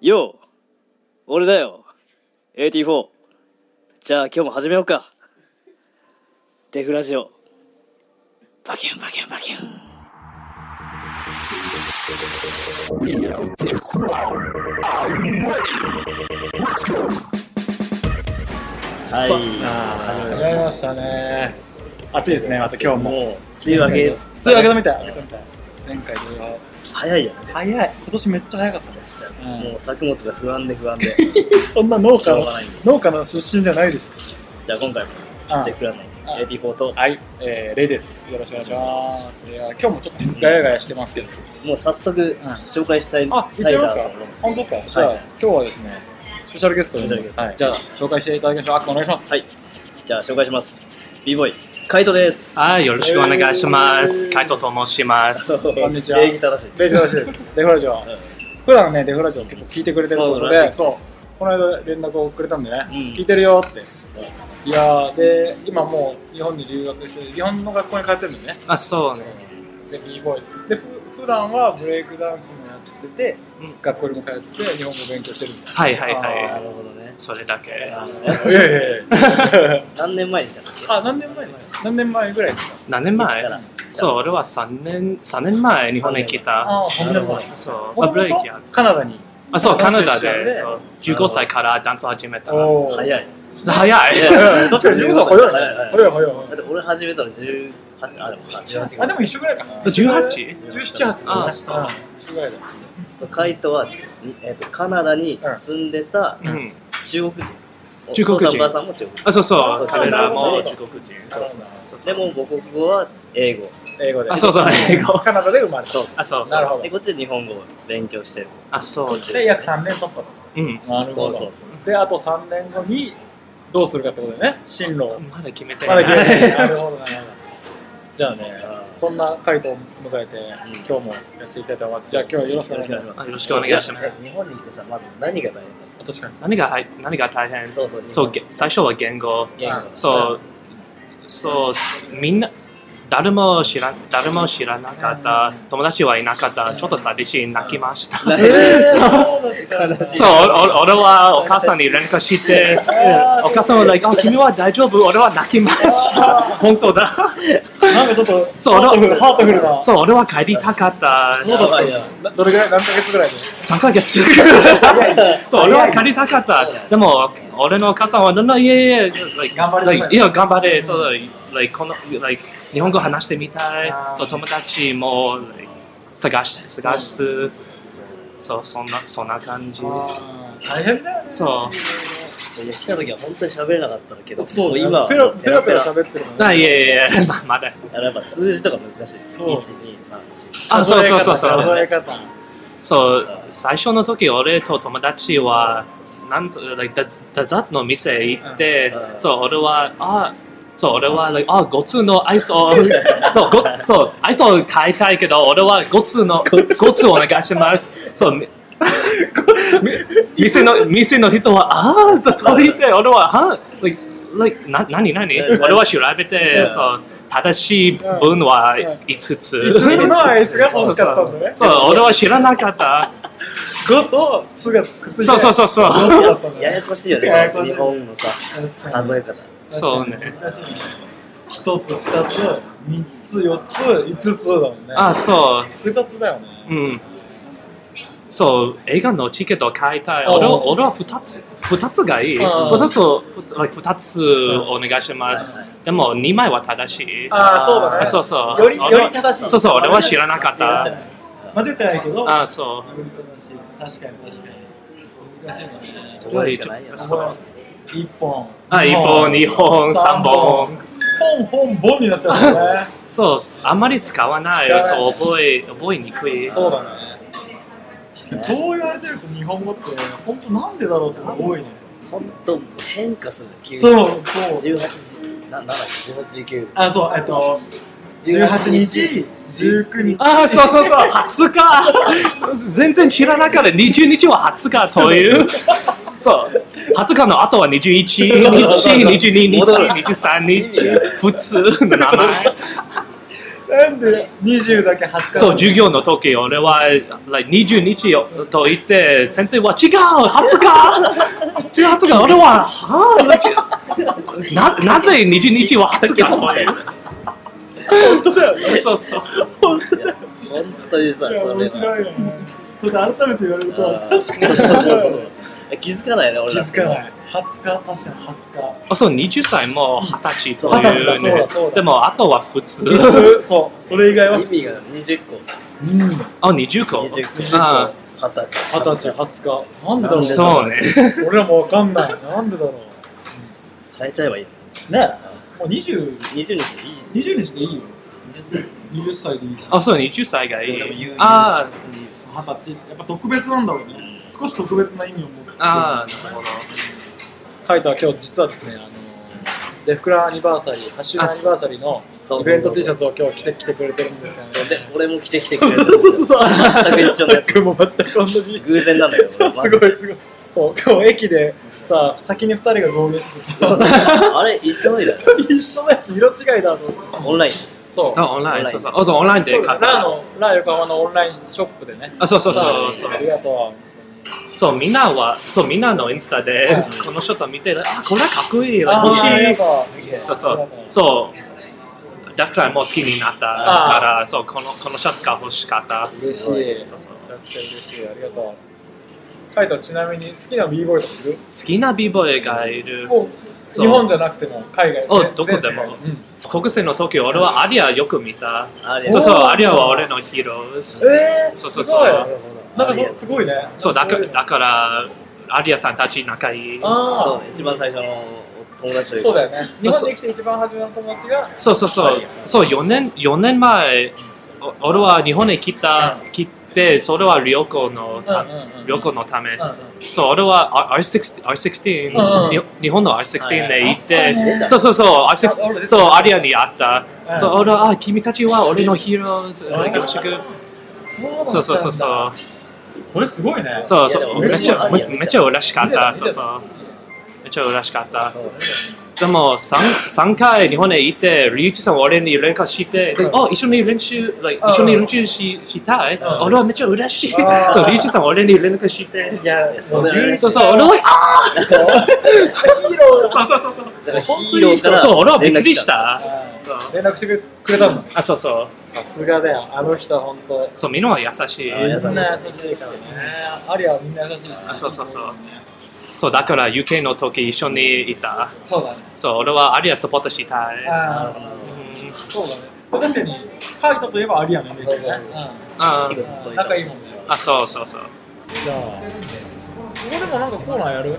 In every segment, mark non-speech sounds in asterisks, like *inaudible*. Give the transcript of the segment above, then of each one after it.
よう俺だよ !AT4! じゃあ今日も始めようかデフラジオバキュンバキュンバキュンはい。始まりましたね。暑いですね、また今日も。も梅雨明け、梅雨明けだみたい。前回で早いよね。早い。今年めっちゃ早かった。うんもう作物が不安で不安 *laughs* で。そんな農家しょうのがない、農家の出身じゃないでしじゃあ今回もうん、テクラのん AT4 とょ。、はい、えー、レイです。よろしくお願いします。いや、今日もちょっとガヤガヤしてますけど。もう早速うん紹介したいあ、行っちゃいますタイガかーのもの本当ですかじゃあ、はい今日はですね、スペシャルゲストを呼んでスペシャルゲスじゃあ、紹介していただきましょう。あっこお願いします。はい。じゃあ紹介します。b ボーイカイトです。はい、よろしくお願いします。カイトと申します。こんにちは礼儀正しい。レイでよろ *laughs* しいです。デフラジオ。普段ね、デフラジオ結構聞いてくれてるってことそうらしで、いそう、この間連絡をくれたんでね、うん聞いてるよって。いやー、で、今もう日本に留学して、日本の学校に通ってるんだよね。あ、そうね。で、b ボーイ。で、ふ普段はブレイクダンスもやってて、うん学校にも通って、日本語勉強してるみたいはいはいなはるほどねい。。それだけ。あの *laughs* な。いやいやいやいや。何年前でしたっけあ、何年前何年前ぐらいですか何年いつから前そう、俺は3年、三年前日本に来た。ああ、何年前。そう、もあとブレイもキやと。カナダに。あ、そう、カナダで、ねそう、15歳からダンス始めた。おー早い。早いやい。うん確かに、ジュさん早いね。早い早い早いだ。って俺始めたの18、あ、でも18あ、でも一緒ぐらいかな。 18? 17、8あそう一緒ぐらいだ。カイトは、えっとカナダに住んでたうん。中国人。中国人お父さんお母さんも中国人。あ、そうそそうう、彼らも中国人。そうそうそうそでもう。母国語は英語。英語で。あ、そうそう、英語。カナダで生まれた。そう。あ、そうそなるう。ほで、ど。こっちで日本語を勉強してる。あ、そう。で、約3年取ったうん。と。なるそうそう。で、あと3年後に、どうするかってことでね、進路を。まだ決めてまなだ決めていない。。 *laughs* なるほど、なるほど。じゃあねあ、ーそんな回答を迎えて、今日もやっていきたいと思います。じゃあ今日はよろしくお願いします。あよろしくお願いします日本に来てさ、まず何が大変だ確かに。何がはい何が大変そうそう、そう、げ最初は言語。言語そう、そう、みんな、誰も知ら誰も知らなかった、友達はいなかった、ちょっと寂しい、泣きました。 *laughs* えーそう悲しい。そう、お俺はお母さんに連絡して、 *laughs* お母さんは、like あ君は大丈夫俺は泣きました。本 *laughs* 当だ。なんかちょっと、そうハートフルハートフルな。そう、俺は帰りたかった。そうだったんやなどれぐらい、何ヶ月ぐらいで3ヶ月 *laughs* そう、俺は借りたかった。でも、俺のお母さんは、なんだ、いえいえ、like 頑張れ like いや、頑張れ。そう、like この、like 日本語話してみたいあ。ーそう、友達も、like 探して、探す。そう、そんな、そんな感じ。大変だよね。そう。いや来た時は本当に喋れなかったんだけど、そう、今はペラペラペラペ喋ってるもんねあ、いえいえ、ままだ。ラやっぱ数字とか難しいです。そう1、2、3、4。あ、そうそうそうそ数う。え方。そう、最初の時、俺と友達は、なんと、like デザデザートの店行ってう、んそう、俺は、あ、そう、俺は、like あ、ごつのアイ *laughs* スを、そう、ごそう、アイスを買いたいけど、俺はごつの、ごつお願いします。そう、 *laughs* みみ店の、店の人は、あーと言って、俺は、は like like な、なになにうん俺は調べて、うんそう、正しい文はう5つ。そのあいつが欲しかったんだね。そう、俺は知らなかった。 5とつがくっついてそうそうそうそ *laughs* う。五だったんだねややこしいよね、ややこしい日本のさ、確か数にえ方。そうね。難しいね。一つ、二つ、三つ、四つ、五つだもんね。あ、そ複雑だよね。う。うん。そう、映画のチケットを買いたい。おう俺は俺は2つ、二つがいい。ああ2つを、2つお願いします。でも2枚は正しい。ああ、そうだね。あそうそう。より俺はより正しいそうそう、俺は知らなかった。間違ってないけど、あ、そより正しい。確かに確かに。難しいもんね。そこでしかないよな。そそうう一本。う。あ、1本、2本、3本。。本、本、本になっちゃうんだね。そう、あんまり使わない使わ。ないそう、覚え、覚えにくい。 *laughs* そうだね。そう言われてると日本語って、本当なんでだろうってのが多いね。本当変化する、急に。そう、そう。 18時、な、なんだっけ、18、19。あ、そう、えっと、18 18日日、 19日。ああ、そうそうそう、20日。全然知らなかった。20日は20日という。そう。20日の後は21日、22日、23日、普通の名前。えなんで20だけ恥ずかしいそう、授業の時、俺は、like、20日と言って、先生は違う、20日違う、20日、俺は、はぁななぜ20日は20日と言本当だよねうそうそう。本当にさ、そいれや面は。白いよねそれで改めて言われるとあ確かにー気づかないね、俺気ら。づかない20日確かに20あそう、20歳も20歳と20歳いだそううねだそう。だでも、あとは普 *laughs* 通。日そうそれ以外は意味が20個。うん20あ、20個。 20個。20歳歳。 20日なんでだろうあねそうね。俺らもわかんないなんでだろう変えちゃえばいい。ねもう20 20日いい。 20日でいいよ20歳。 20歳でいいしあ、そう、20歳がいでもい言う。あ20ー歳やっぱ特別なんだろうね少し特別な意味を持ってあー、なるほど。カイトは今日実はですねあのデフクラアニバーサリー8周年アニバーサリーのそうイベント T シャツを今日着てきてくれてるんですよねそうで、俺も着てきてくれる。そう *laughs* そう全く一緒のやつ僕も全く同じ偶然なんだけど。そうすごいすごいそう今日駅でさ先に2人が合流してさあれ、一緒のだよ。一緒のやつ色違いだと思ってオンライン。そうあ、オンライオンライン、ンそうそう。あ、そう、オンラインでそう買だっラーた。のラー横浜のオンラインショップでねあ、そうそうそう。そうありがとうそう、みんなは、そう、みんなのインスタで、このショット見て、あ、これかっこいい、あ欲しありがいと。うそうそう、そう、だからもう好きになったから、そう、この、このシャツが欲しかった。嬉しいめちそうそう。好ゃくちゃ嬉しいありがとうカイトちなみに好きな b ボーイとかいるきなビーボーイがいる。もうそう日本じゃなくても海外お全どこでも全世界うん国生の時、俺はアリアよく見た。あれ、そううそう、なんだアリアは俺のヒーロー。えー、そうそうすごいそうなんかそすごいねそう、だから、だあから、アリアさんたち仲いい。そうあね、一番最初の友達といーうそうか。だよね日本に来て一番初めの友達がそうそうそはうい、そう4年4年前、お俺は日本に来た来て、それは旅行のたうんうんうん旅行のためう、んうんそう俺は R- R16 R16 うんうんに日本の R16 で行っはいはいあったて、ねそうそうそうあ俺出 R16 たそうアリアに会ったう、んそう俺はあ君たちは俺のヒーローズよろしく、そそううそうそうそう。うそれすごいね。そういそやうでもめっちゃ俺もアリア見ためめっちゃ嬉しかっ見てたた、見てそたうそうめっちゃ嬉しかった。そうでも 3, 3回日本へ行って、リュウジさんは俺に連絡して、であ一緒に練習、like うん一緒に練習ししたい、ん俺はめっちゃ嬉しい。そうあー、リュウジさんは俺に連絡して。いや、そうだよねそうそう、俺は、あヒーローそうそうそうそう。だからヒーローからそう、俺はびっくりした。そうだ。連絡してくれたの。あ、そうそう。さすがだよ。あの人は本当。そう、みんなは優しい。あ優しいみんな優しいからね。アリアはみんな優しい。あそうそうそう。そう、だから UK の時一緒にいた。そうだね。そう、俺はアリアサポートしたい。あうんーそうだね。確かにカイトといえばアリアのイメージだね。あヒーローーうとんい仲いいもんね。あ、そうそうそう。じゃあ、ここでもなんかコーナーやる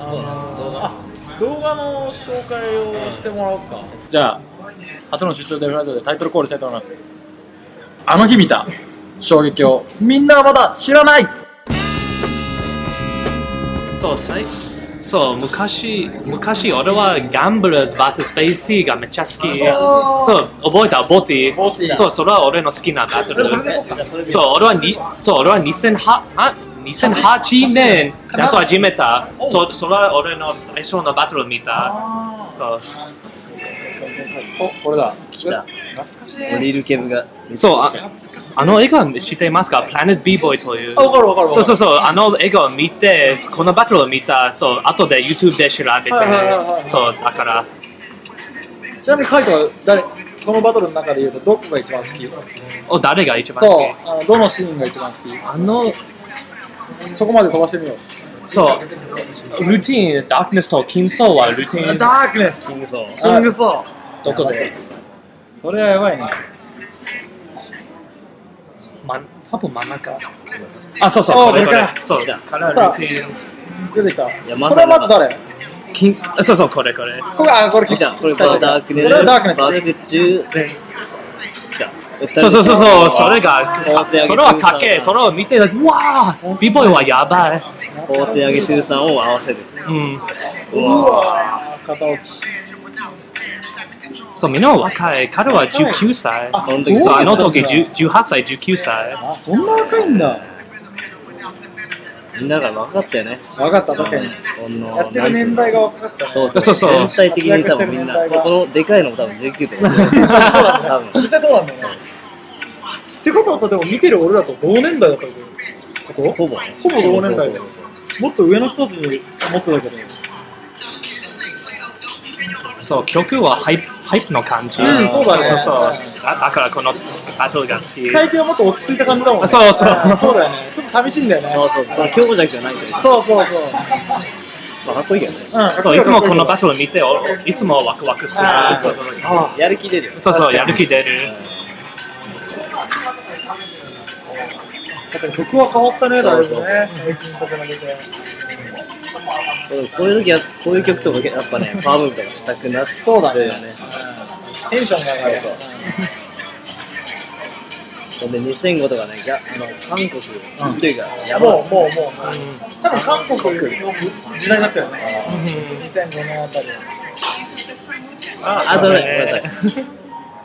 あそうだあ動画の紹介をしてもらおうか。じゃあ、初の出張デフラジオでタイトルコールしたいと思います。あの日見た衝撃をみんなはまだ知らないそう、最そう昔、昔俺はギャンブルズ vs フェイスティーがめっちゃ好き。そう、覚えたボティ。ボティそう、それは俺の好きなバトル。う。それでそう、俺はにそう俺は2008あ2008年かな夏を始めた。そう、それは俺の最初のバトルを見た。そう、お、これだ。来た。ドリルケブが。そうああの映画知っていますか ?Planet B-Boy という。あ、わかるわかるわかそる。うそうそう、あの映画を見て、このバトルを見た、そう、後で YouTube で調べてはいはいはいは、いそう、だから。ちなみにカイトは誰、このバトルの中で言うとどこが一番好きお誰が一番そ好うき、あのどのシーンが一番好あの、きそこまで飛ばしてみよう。そう、ルーティーン、ダークネスと金層はルーティーン、ダークネスキングソー。キングソー。どこで、それはやばいね。ま、多分真ん中。あ、そうそあう、これここれれか。そう、来たからルーティーン出てきた。こいやれまさはかまず誰金、あそうそう、これこれ。これ、あ、これ来来た。た。これそうダークネス。これはダークネスダークネス中。来た。そうそうそう、そうそれが、こうやって上げてそれはかけ、それを見て、like わあ、b ボイはやばい。こう手上げトゥーさんを合わせる。うん。うわー片落ち。そう、みんな若い。彼は19歳。あ本当にそう、あの時そうなん10 18歳、19歳。あ、そんな若いんだ。みんなが若かったよね。分かった、確かに。このやってる年代が分かったね。そうそうそう全体的に多分みんな、このでかいのも多分19で。多分実際そうなんだよね。ってことはさ、でも見てる俺らと同年代だったってことほぼね。ほぼ同年代だよそうそうもっと上の人たちに思ってたけど。そう、曲はハイプハイプの感じ。うんそうだねそうそうだだからこのバトルが好き。最近はもっと落ち着いた感じだもんね。そうそうあーそうだよね。ちょっと寂しいんだよね。そうそうそう。まあ強弱じゃないけど、まそうそうそう。あかっこいいけどね。うん、そういつもこのバトル見て、おいつもワクワクする。あーそうそうあやる気出るよ。そうそう、やる気出る。ー確かに曲は変わったね、だいぶそうそうね。最近と比べて。こういう時は、こういう曲とかやっぱね、パワームーブとかしたくなって、そうだねよね。テンションが上がる。それで2005とかね、やあの、韓国、というか、やばい。もう、もう、もう。多分韓国の時代になったよね。2005年あたり。ああ、すみません、ごめんなさい。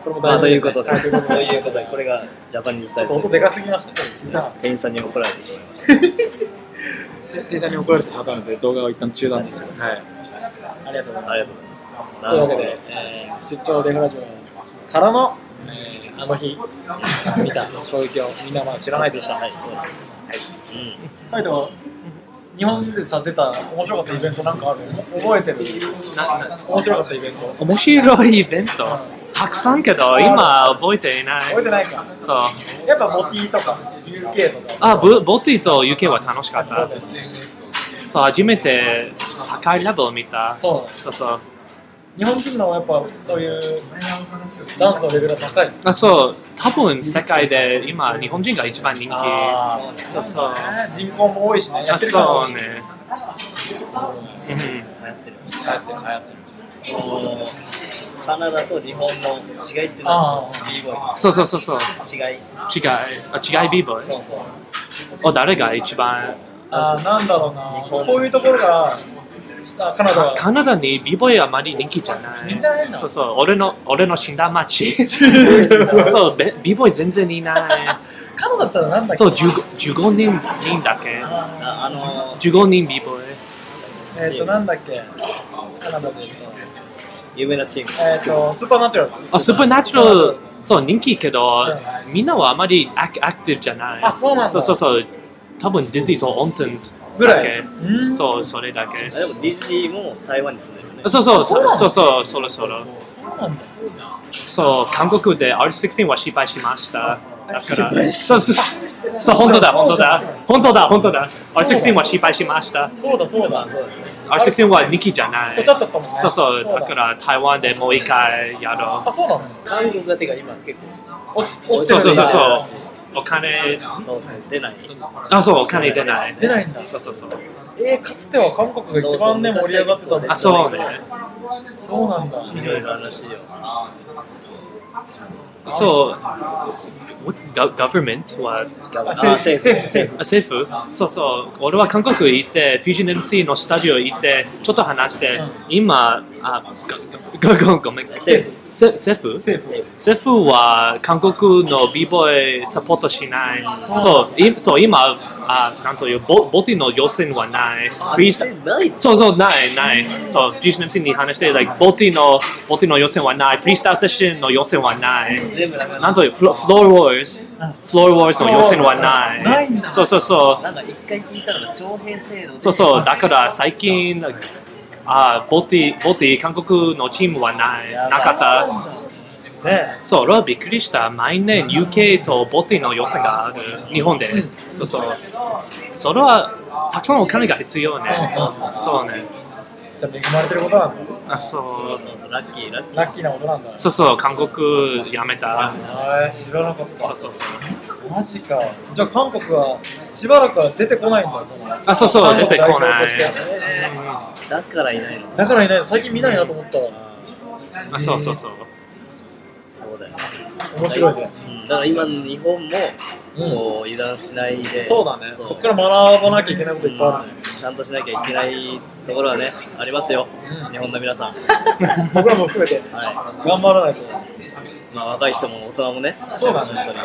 これもまあ、大と事いでうすこねとで、はいということとでいうことで、これがジャパニーズスタイル音ででかすぎましたね。店員さんに怒られてしまいまし店員さんに怒られてしまったので、動画は一旦中断です。はい。ありがとうございますた。ありがとうございます。というわけで、えー出張デフラジオからの、えーあの日見た衝撃をみんなまだ知らないでした。はい。はい、でも日本でさ出た面白かったイベントなんかある覚えてる面白かったイベント面白いイベント、たくさんけど、今覚えていない。覚えてないかそう。やっぱモティとか UK とかあ、ボボティと UK は楽しかそっうただ。よねそう、初めて高いレベル見た。そうだねそうそう。日本人のやっぱそういうダンスのレベルが高いあ、そう、多分世界で今、日本人が一番人気。ーそうそう。人口も多いしねやあ、ってる人も多いそうしね。流行ってる流行ってるカナダと日本の違いっていうのあは、ー b ボうんそうそうそうそう。イ違い。違い、あ違いビーボイ。そうそうお、誰が一番あーなんだろうな、こういうところが、あカナダは、カナダにビーボイあまり人気じゃな人気じゃないい。のそうそう、俺の、俺の死んだ町。そう、べビーボイ全然いなカナダだったらなんだっけい。そう、15, 15人人だけ。ああ、あの15人ビーボイ。ーえっ、と、なんだっけ、カナダで言うと、ー、有名なチーム。えっ、と、スーパーナチュラルズあ、スーパーナチュラル、そう、人気けど、うみんなはあまりアクアクティブじゃない。あそうなんだそうそうそう。多分ディズニーとオンテンぐだらけい。。うんそう、それだけあ。でもディズニーも台湾に住んでるよね。そうそう、そうなのそうそう、そろそろ。そうなんだそう、韓国で R16 は失敗しました。だ失か敗ら、そうそう、そう、本当だ、本当だ、本当だ、本当だ。R16 は失敗しました。そうだ、そうだ、そうだ。 R16 は2期じゃないおっ。しゃっちゃったもんね。そうそう、だかだ。ら台湾でもう一回やろあ、そうなの韓国がてか今結構、落ちう。落ちてそうるそみたうそういそなう。お金、そうそう、出ない。あ、そう、お金出ない。出ないんだ。そうそうそう。えー、かつては韓国が一番ね、そうそう盛り上がってたんだあ、そうね。そうなんだ。いろいろあるらしいよ。そう、ガ government はああ、政府、政府、政府。あ政府そうそう、俺は韓国行って、フィジネ MC のスタジオ行って、ちょっと話して、今、あごごごごめん、政府せ政府政府。政府は韓国の b ボイサポートしない。そう、いそう今あ、なんというボ、ボティの予選はない。フリースタ出ないそうそう、ない、ない。そう、フィジネ MC に話して、like ボティのボティの予選はない。フリースタイルセッションの予選はない。全部なくなったなんというフロフローウォーズ、フローウォーズの予選はない。ないんだそうそうそう。なんか一回聞いたのが徴兵制度でそうそう、だから最近、あボティ、ボティ、韓国のチームはない、なかねった。そう、俺はびっくりした。毎年 UK とボティの予選がある、日本で。そうそう。それは、たくさんお金が必要ね。そうね。じゃあ恵まれてることなんだ。あそうそうそうラッキーラッキーラッキーなことなんだ。そうそう、韓国辞めた。えー、知らなかったそうそうそう。マジかじゃあ韓国はしばらくは出てこないんだそのあそうそう韓国出てこない代表としてえだからいないのーだからいない最近見ないなと思ったわあそうそうそう。そうだよ、面白いね、うん、だから今の日本もこう油断しないで、そうだねそそうっから学ばなきゃいけないこといっぱいあるね、ちゃんとしなきゃいけないところはねありますよ、日本の皆さん僕らも含めては頑張らないといまあ若い人も大人もねそうだね本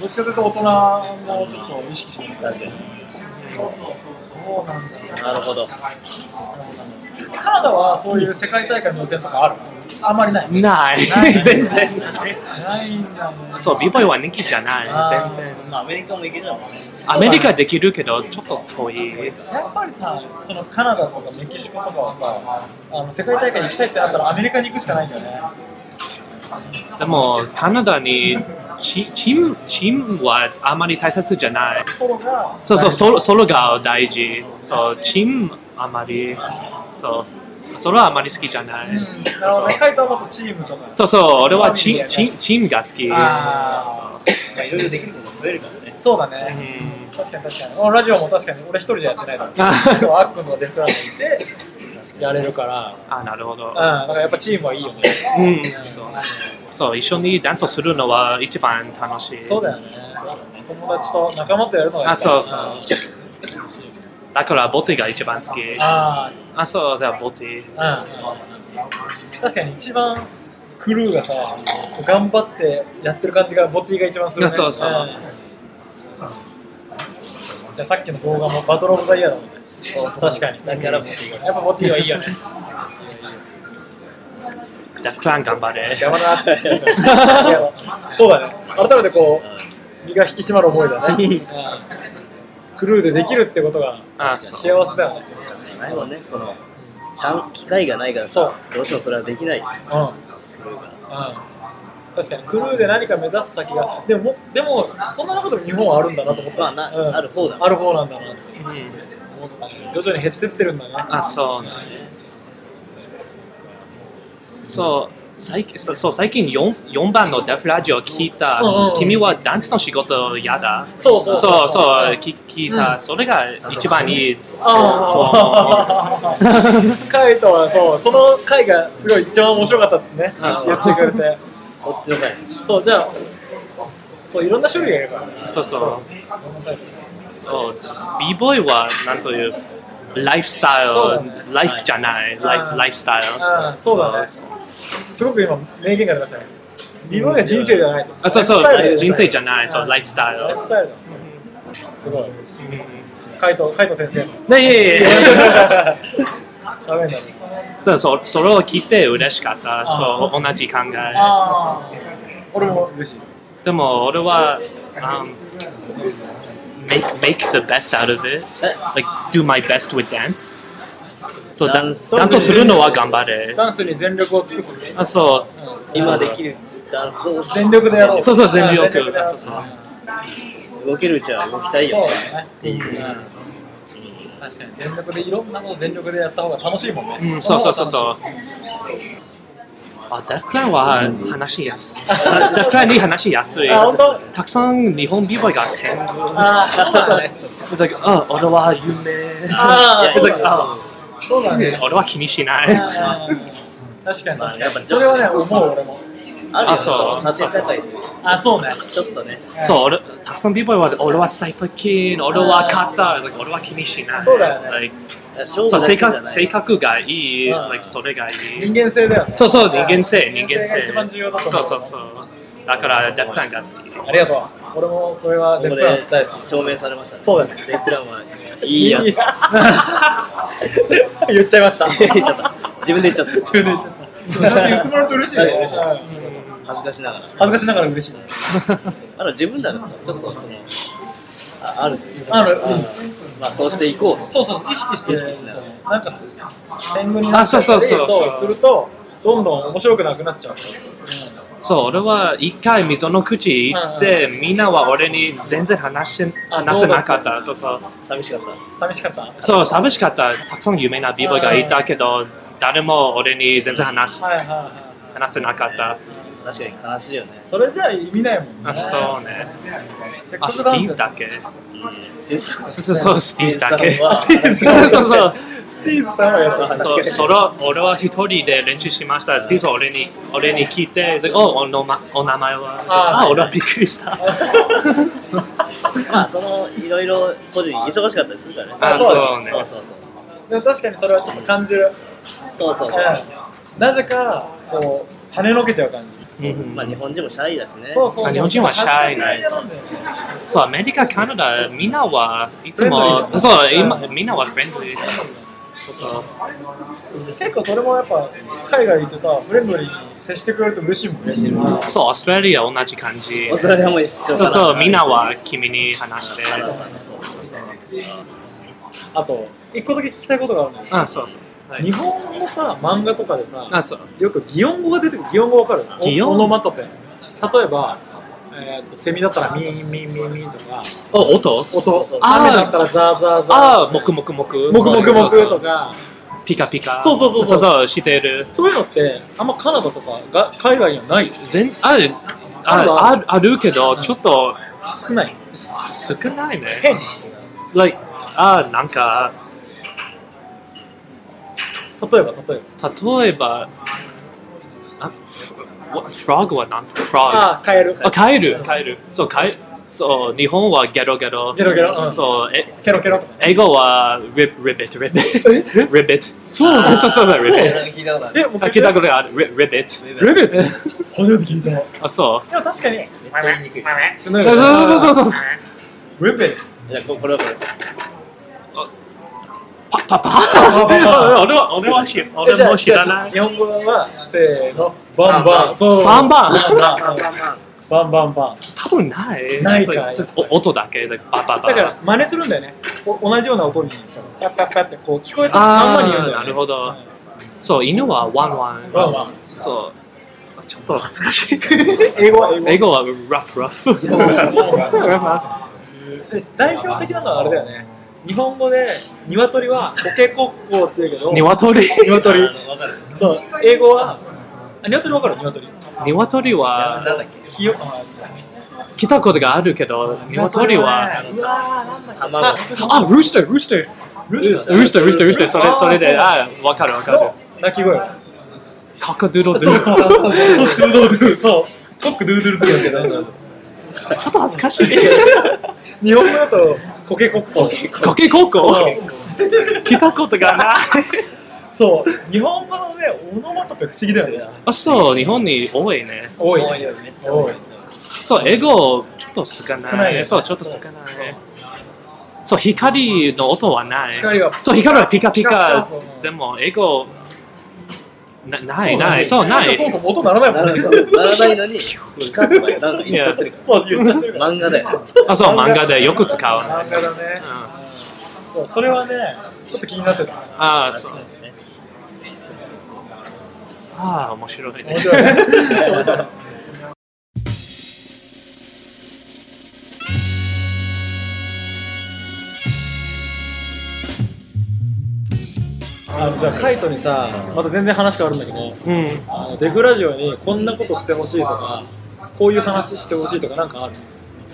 どっちかというと大人もちょっと意識しない当に確かにあそうなんだ。なるほど。カナダはそういう世界大会の予選とかあるあんまりない。ないない。 *laughs* 全然ない。ないんだもん。そう、b ボイは人気じゃないあ。ー全然。アメリカも行けちゃうもんね。アメリカできるけど、ちょっと遠い。やっぱりさ、そのカナダとかメキシコとかはさ、あの世界大会行きたいってなったらアメリカに行くしかないんだよね。でも、カナダにチチームチームはあまり大切じゃない。ソロが、そうそう、ソロソロが大事。そう、チームあまり、そう、ソロはあまり好きじゃない。うん、なるほどね。カイトはもっとチームとか。そうそう、俺はチチチームが好き。ああ、まあいろいろできること増えるからね。そうだうね。ん確かに確かに。このラジオも確かに俺一人じゃやってないから。今あー日はあっくんとかデフクランドにいて、やれるから。あ、なるほどうん、。だからやっぱチームはいいよね。うん、そうそう、一緒にダンスをするのは一番楽しい。そうだよね。友達と仲間とやるのがいいあ、そうそあう。だからボティが一番好き。ああ、そう、じゃあボティ。ー、うん。確かに一番クルーがさ、頑張ってやってる感じがボティが一番するね。そうそうんじゃあさっきの動画もバトルオブザイヤーだもんね。そうそう確かに。だからもういいよやっぱボティはいい *laughs* よね。デフクラン頑張れ。やばなって。 *laughs* そうだね。改めてこう、身が引き締まる思いだね。うんクルーでできるってことがあ、そう。幸せだよね。ないもんね、その、ちゃん、機会がないからさ、どうしてもそれはできない。うん。うん。確かに、クルーで何か目指す先が、でも、でも、そんな中でも日本はあるんだなと思った。まあなうんある方だある方なんだなってうん思ったし徐々に減ってってるんだね。あ、そうなんだそう、最近、そうそう最近 4, 4番のデフラジオ聞いた、うんうん君はダンスの仕事嫌だ。そうそそううそう、ん聞聞いた、それが一番いい。あ *laughs* あ、カイトはそう、その回がすごい一番面白かったってね、あそう言ってくれて。こっちの方がいいそう、じゃあ、そう、いろんな種類がいるからね。そうそう。いろんなタイプそう、b ボイはなんというライフスタイそうだねル、ライフじゃない、ライあフーライフスタイル。あーそうだねそうすごく今、名言が出ましたね。リボンが人生じゃないと。あそうそうライフスタイルだよ人生じゃないそうライフスタイルライフスタイルだ。すごい。カイト、カイト先生の。ねいえいえダメだね。そうそう、それを聞いて嬉しかった。あそう、同じ考え。ああ、俺も嬉しい。でも俺は、um, make, make the best out of it. Like, do my best with dance. そう、ダダンンススをするのは頑張れ。ダンスに全力を尽くす。あそ今できるダンスを全力でやろう。そうそう全力あでやろそうそう動けるうちは動きたいそようね。だね。確かに全力でいろんなのを全力でやった方が楽しいもんね。う、うん、そうそうそうそう。あ、デフプランは話し *laughs* やすい。デフプランに話しやすいあ本当。たくさん日本ビーボイが天狗。ああ、ちょっとね。 It's like, あ、俺は有名。ああ It's そう like, だねそうあ、だね。俺は気にしない。確かに確やっかぱに。それはね、思う俺も。あるよあね、そうその発展社会で。あ、そうね。ちょっとね、そう、俺たくさんビーボイは俺はサイパーキン、俺はカッター、like 俺は気にしない。そうだよね Like 勝負そうだ性けじゃな格性い。格がいい、うん like それがいい。人間性だよね。そうそう、人間性、人人間性。間性が一番重要だと思そううそうそう。だから、デフタンが好き。ありがとう。俺もそれはこデこプランで大好き。証明されましたね。そうだね。デプランはいいやつ。 *laughs* 言っちゃいました。言っちゃった自分で言っちゃった。言っちゃった。それ言ってもらうと嬉しいね。うん恥ずかしながら。恥ずかしながら嬉しいです。あの自分らがさちょっとその、あある。あの、まあそうしていこう。そうそう、意識して、意識しながなんかす、天狗になっあそうそうそうそうすると、どんどん面白くなくなっちゃう。そう、俺は一回溝の口行って、みんなは俺に全然話しあ話せなかった。そうそう。寂しかっ寂しかった。そう、寂しかった。たくさん有名なビーボイがいたけど、誰も俺に全然話しはいはいはい。話せなかった。た。確かに悲しいよね。それじゃあ意味ないもんね。あそうね。せっかあ、くスダティンースズだけ。そうそうそうそう、スティーズだけ。あスティーズ *laughs* そうそうそう。スティーズさんはやつそうそれは俺は一人で練習しました。スティーズは俺に俺に聞いて、でおおの、ま、お名前はああ俺はびっくり *laughs* した。 *laughs* まあそのいろいろ個人忙しかったりするからね。あそうねそうそうそう。でも確かにそれはちょっと感じる。そうそうそう。うんなぜか、こう、跳ねのけちゃう感じ。そうまあ日本人もシャイだしね。そうそうそう。あ日本人はシャイなやつなんだよそう、アメリカ、カナダ、みんなはいつフレンドリーだも、ねそう、今、みんなはフレンドリー。結構それもやっぱ海外行ってさフレンドリーに接してくれると嬉しいもんね。そう、オーストラリア同じ感じ。オーストラリアも一緒かそうそう、みんなは君に話して。あと一個だけ聞きたいことがあるのよ。あ、そうそう。日本のさ漫画とかであ、さそう。よく擬音語が出てくる擬音語わかるお擬音オノマトペ例えば、えー、とセミだったらミーンミーンミーンミーンとかあ、音音あー雨だったらザーザーザーあ、もくもくもく。もくもくもそうくそとう。かピカピカ。そうそうそうそそううそう、してる。そういうのってあんまカナダとかが海外にはない全、ある、ある、あるあるけど、ちょっと少ないす少ないね。変 Like、あ、なんか、例えば例えば例えば、あ、フログはなんフログ。ああカエルあ、帰る、帰る。そう、帰そう、日本はゲロゲロ。ゲロゲロうんそう、え、ケロケロ英語はリップ、リビット、リビ *laughs* ット。リビット。そう、そうそう、リビット。聞いたことある。えもうあ、聞いたことある、リリビッレベル初めて聞いたでト。あ、そう。も確かにそうそうそうそうそう。レベルじゃあここれはこれ。パパパ。 *laughs* 俺は、俺は知、俺も知らない。日本語はせーのバンバンそうバンバン。バンバンバンバンバン多分ない。ないか Just like- just お音だけ、like パパパ。だから真似するんだよねお同じような音にさパッパッパッってこう聞こえたまんまあに言うんだーよなねるほど。そう、犬はワンワン。ワンワンそう。ちょっと恥ずかしい。英語は英語英語はラフラフ。ラフラフ。で代表的なのはあれだよね日本語で鶏はコケコッコーって言うけど鶏鶏わかる。そう英語はあ鶏わかる鶏鶏なんだはっひよ来たことがあるけど鶏はうわーなんだけ。卵。あルースタールースタールルースタールースタールースタールースターそれそれであわかるわかる鳴き声カカドゥロドゥそうそうそうコ *laughs* ックドゥードゥルドゥルそうコックドゥードゥルドゥルってちょっと恥ずかしい日本語だとコケコッコーコケ高校来たことがないそう日本語のねオノマトペ不思議だよねあそう日本に多いね多いめっちゃ多い。そう英語ちょっと少ない少ないそうちょっと少ないそう光の音はない光はそう光はピカピピカカピカでも英語なないないそうないそもそも音鳴らないなもんらねないのに、ピカとかなんか言っちゃってるかそう言っちゃってるからら。漫画だよね。あそう漫画でよく使う漫画だねうんそうそれはねちょっと気になってたああ、そう。ああ、面白いね面。白いね面白いあのじゃあカイトにさまた全然話変わるんだけどうん。あのデフラジオにこんなことしてほしいとかこういう話してほしいとかなんかある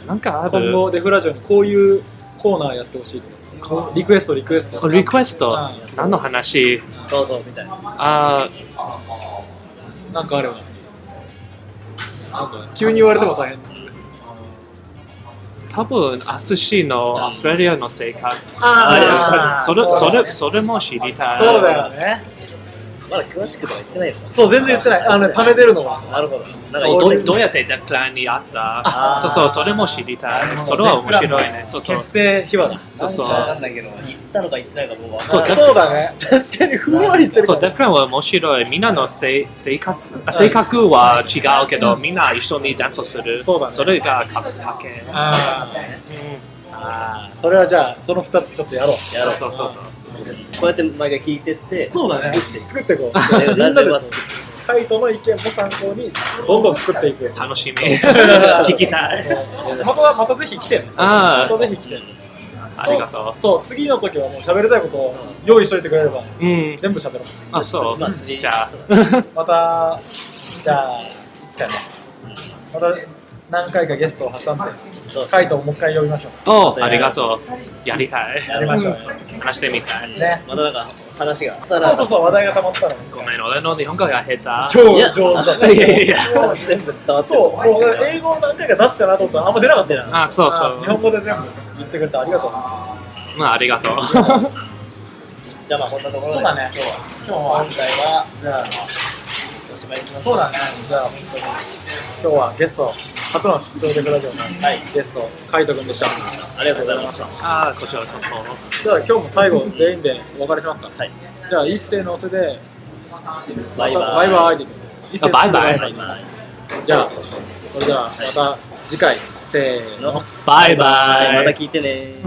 なんかあ今る後デフラジオにこういうコーナーやってほしいとかリクエストリクエストリクエスうトん何の話そうそう、みたいな。あなんかあればなんか急に言われても大変あ、多分、アツシのオーストラリアの生活。あーそれ、そそうだれ、それも知りたい。そうだよねまだ詳しくとは言ってないよね。そう全然言ってないあのね溜めてるのはなるほど。なんかど言うってどうやってデフプランにあったあーそうそう、それも知りたい。それは面白いね。そうそう結。成秘話だそうそう。わかんないけど、言ったのか言ってないのか僕は分かそんない。そうだうだね確かにふんわりしてるかそらう、デフプランは面白い。みんなのせ生活、あ性格は違うけど、みんな一緒にダンスする。そうだねそれがかかけ。あうーんあーそれはじゃあその2つちょっとやろうやろうそうそうそう。こうやって毎回聞いてって、作っていく作っていこ *laughs* そうれをみんなラでジオはす作ってカイトの意見も参考にどんどん作っていく楽しみ。 *laughs* 聞きたい。またまたぜひ来てねあーまたぜひ来てありがとそう次の時はもう喋りたいことを用意しといてくれればう。うん。全部喋ろうあ、そうまあ。次じゃあ、またじゃあいつかねまた何回かゲストを挟んでカイトをもう一回呼びましょおありがとう。やりたい。やりましょう話してみたうい。ねまたなんか話があったそうそうら、そう話題がたまったらごめん、俺の日本語が下手。超上手だねいやいや全部伝わってるそうもう英語を何回か出すかなと思ったらあんま出なかったよなあ、そうそあ日本う。語で全部言ってくれてありがとうまあ、ありがとう。じゃあまあこんなところで。そうだね今日は今回はじゃあおしまいにします。そうだね。じゃあ、本当に今日はゲスト、初の出張デフラジオのゲスト、カイト君でした。ありがとうございました。ああ、こちらこそ。じゃあ、今日も最後、全員でお別れしますか。はい。じゃあ、一斉のせで、バイバイ。バイバイで。一斉のバイバイバイバイ。じゃあ、それではまた次回、せーの。バイバイ。また聞いてね。